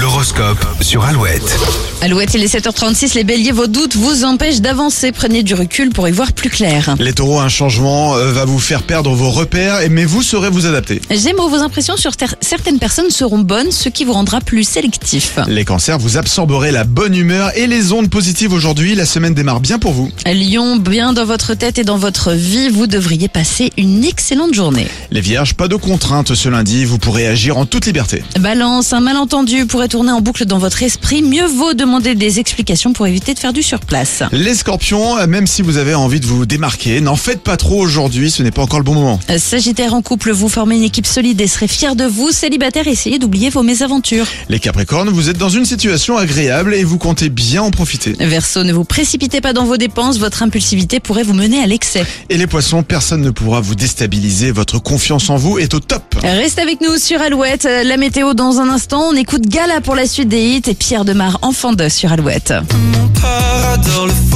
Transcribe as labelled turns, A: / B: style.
A: L'horoscope sur Alouette.
B: Alouette, il est 7h36, les béliers, vos doutes vous empêchent d'avancer, prenez du recul pour y voir plus clair.
C: Les taureaux, un changement euh, va vous faire perdre vos repères, et- mais vous saurez vous adapter.
B: Gémeaux, vos impressions sur ter- certaines personnes seront bonnes, ce qui vous rendra plus sélectif.
C: Les cancers, vous absorberez la bonne humeur et les ondes positives aujourd'hui. La semaine démarre bien pour vous.
B: Lion, bien dans votre tête et dans votre vie, vous devriez passer une excellente journée.
C: Les vierges, pas de contraintes ce lundi. Vous pourrez agir en toute liberté.
B: Balance, un malentendu pourrait tourner en boucle dans votre esprit, mieux vaut demander des explications pour éviter de faire du surplace.
C: Les scorpions, euh, même si vous avez envie de vous démarquer, n'en faites pas trop aujourd'hui. Ce n'est pas encore le bon moment.
B: Sagittaire en couple, vous formez une équipe solide et serez fier de vous. Célibataire, essayez d'oublier vos mésaventures.
C: Les capricornes, vous êtes dans une situation agréable et vous comptez bien en profiter.
B: Verseau, ne vous précipitez pas dans vos dépenses, votre impulsivité pourrait vous mener à l'excès.
C: Et les poissons, personne ne pourra vous déstabiliser. Votre confiance en vous est au top.
B: Reste avec nous sur Alouette, Euh, la météo dans un instant, on écoute Gala pour la suite des hits et Pierre Demar, enfant de sur Alouette.
D: Mon père adore le foot.